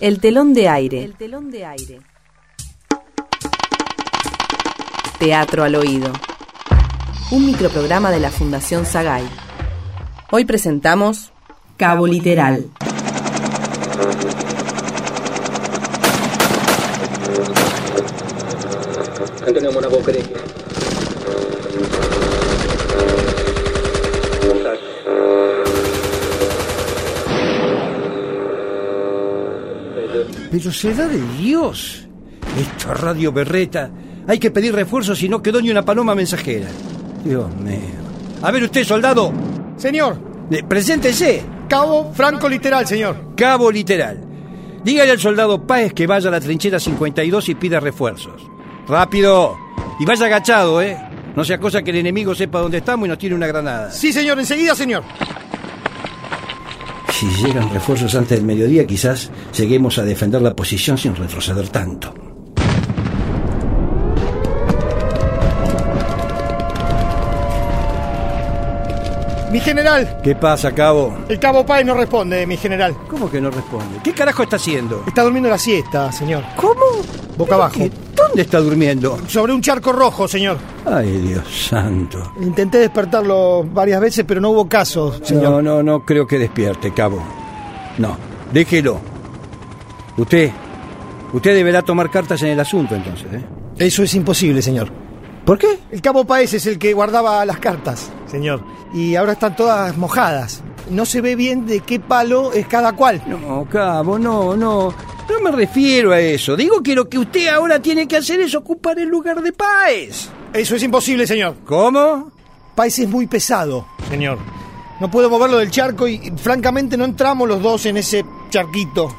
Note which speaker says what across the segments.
Speaker 1: El telón de aire.
Speaker 2: El telón de aire.
Speaker 1: Teatro al oído. Un microprograma de la Fundación Sagay. Hoy presentamos Cabo Literal.
Speaker 3: Antonio Monaco Pérez.
Speaker 4: Pero se da de Dios. Esta radio berreta. Hay que pedir refuerzos si no quedó ni una paloma mensajera. Dios mío. A ver usted, soldado.
Speaker 5: Señor,
Speaker 4: eh, preséntese.
Speaker 5: cabo franco literal, señor.
Speaker 4: Cabo literal. Dígale al soldado Páez que vaya a la trinchera 52 y pida refuerzos. Rápido. Y vaya agachado, ¿eh? No sea cosa que el enemigo sepa dónde estamos y nos tire una granada.
Speaker 5: Sí, señor, enseguida, señor.
Speaker 4: Si llegan refuerzos antes del mediodía, quizás lleguemos a defender la posición sin retroceder tanto.
Speaker 5: Mi general,
Speaker 4: ¿Qué pasa, cabo?
Speaker 5: el cabo Páez no responde, mi general.
Speaker 4: ¿Cómo que no responde? ¿Qué carajo está haciendo?
Speaker 5: Está durmiendo la siesta, señor.
Speaker 4: ¿Cómo?
Speaker 5: Boca abajo.
Speaker 4: ¿Qué? ¿Dónde está durmiendo?
Speaker 5: Sobre un charco rojo, señor.
Speaker 4: Ay, Dios santo.
Speaker 5: Intenté despertarlo varias veces, pero no hubo caso, señor.
Speaker 4: No, no, no creo que despierte, cabo. No, déjelo. Usted, usted deberá tomar cartas en el asunto entonces, ¿eh?
Speaker 5: Eso es imposible, señor.
Speaker 4: ¿Por qué?
Speaker 5: El cabo Páez es el que guardaba las cartas, señor. Y ahora están todas mojadas. No se ve bien de qué palo es cada cual.
Speaker 4: No, cabo, no, no. No me refiero a eso. Digo que lo que usted ahora tiene que hacer es ocupar el lugar de Páez.
Speaker 5: Eso es imposible, señor.
Speaker 4: ¿Cómo?
Speaker 5: País es muy pesado, señor. No puedo moverlo del charco y, y, francamente no entramos los dos en ese charquito.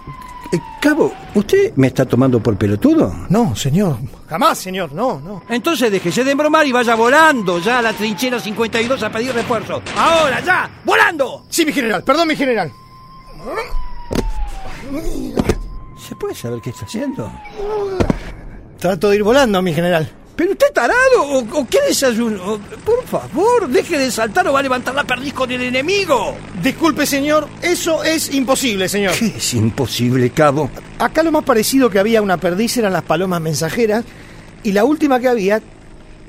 Speaker 4: Eh, cabo, ¿usted me está tomando por pelotudo?
Speaker 5: No, señor. Jamás, señor. No, no.
Speaker 4: Entonces déjese de embromar y vaya volando ya a la trinchera 52 a pedir refuerzo. ¡Ahora, ya! ¡Volando!
Speaker 5: Sí, mi general. Perdón, mi general.
Speaker 4: ¿Se puede saber qué está haciendo?
Speaker 5: Trato de ir volando, mi general.
Speaker 4: ¿Pero usted tarado? ¿O, o qué desayuno? O- por favor, deje de saltar o va a levantar la perdiz con el enemigo.
Speaker 5: Disculpe, señor. Eso es imposible, señor.
Speaker 4: ¿Qué es imposible, cabo?
Speaker 5: Acá lo más parecido que había a una perdiz eran las palomas mensajeras. Y la última que había,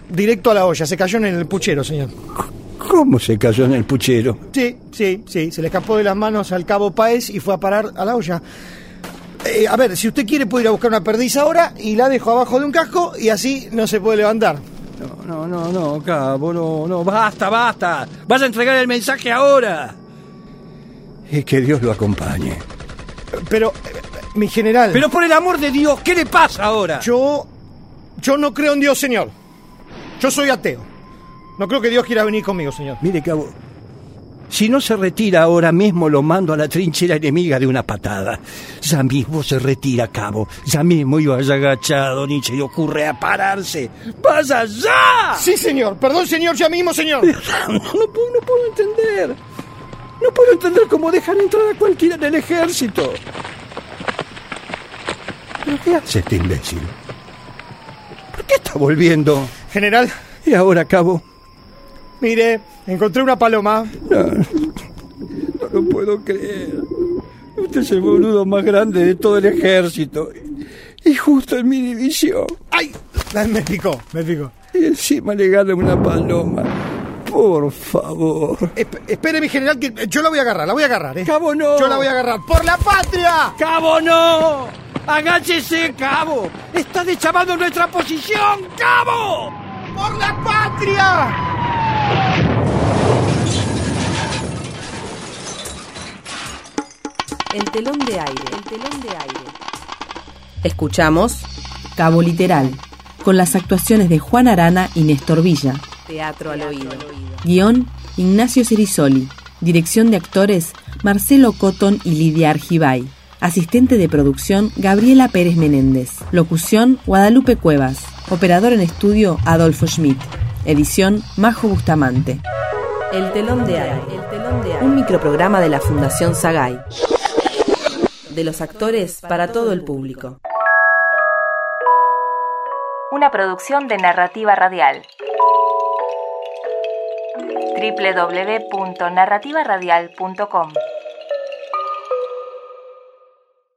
Speaker 5: directo a la olla. Se cayó en el puchero, señor.
Speaker 4: ¿Cómo se cayó en el puchero?
Speaker 5: Sí, sí, sí. Se le escapó de las manos al cabo Páez y fue a parar a la olla. Eh, a ver, si usted quiere puede ir a buscar una perdiz ahora y la dejo abajo de un casco y así no se puede levantar.
Speaker 4: No, no, no, no, cabo, no, no, basta, basta. Vas a entregar el mensaje ahora. Y que Dios lo acompañe.
Speaker 5: Pero, eh, mi general,
Speaker 4: Pero por el amor de Dios, ¿qué le pasa ahora?
Speaker 5: yo, yo no creo en Dios, señor. Yo soy ateo. No creo que Dios quiera venir conmigo, señor.
Speaker 4: Mire, cabo, si no se retira ahora mismo, lo mando a la trinchera enemiga de una patada. Ya mismo se retira, cabo. Ya mismo iba agachado, ni se le ocurre a pararse. ¡Pasa ya!
Speaker 5: Sí, señor. Perdón, señor, ya mismo, señor.
Speaker 4: No, puedo, no puedo entender. No puedo entender cómo dejan entrar a cualquiera en el ejército. ¿Pero qué hace este imbécil? ¿Por qué está volviendo?
Speaker 5: General,
Speaker 4: Y ahora, cabo,
Speaker 5: mire, encontré una paloma.
Speaker 4: No lo puedo creer. Usted es el boludo más grande de todo el ejército. Y justo en mi división.
Speaker 5: ¡Ay! La- Me picó, me picó.
Speaker 4: Y encima le gana una paloma. Por favor.
Speaker 5: Esp- espere, mi general, que yo la voy a agarrar, la voy a agarrar, ¿eh?
Speaker 4: Cabo, no.
Speaker 5: Yo la voy a agarrar. ¡Por la patria!
Speaker 4: ¡Cabo, no! ¡Agáchese, cabo! ¡Está deschavando nuestra posición, cabo!
Speaker 5: ¡Por la patria!
Speaker 1: El telón de aire.
Speaker 2: El telón de aire.
Speaker 1: Escuchamos Cabo Literal, con las actuaciones de Juan Arana y Néstor Villa. Teatro al oído. Guión, Ignacio Cerisoli. Dirección de actores, Marcelo Cotton y Lidia Argibay. Asistente de producción, Gabriela Pérez Menéndez. Locución, Guadalupe Cuevas. Operador en estudio, Adolfo Schmidt. Edición, Majo Bustamante. El telón de aire.
Speaker 2: El telón de aire.
Speaker 1: Un microprograma de la Fundación Sagay. De los actores para todo el público.
Speaker 2: Una producción de Narrativa Radial. www.narrativaradial.com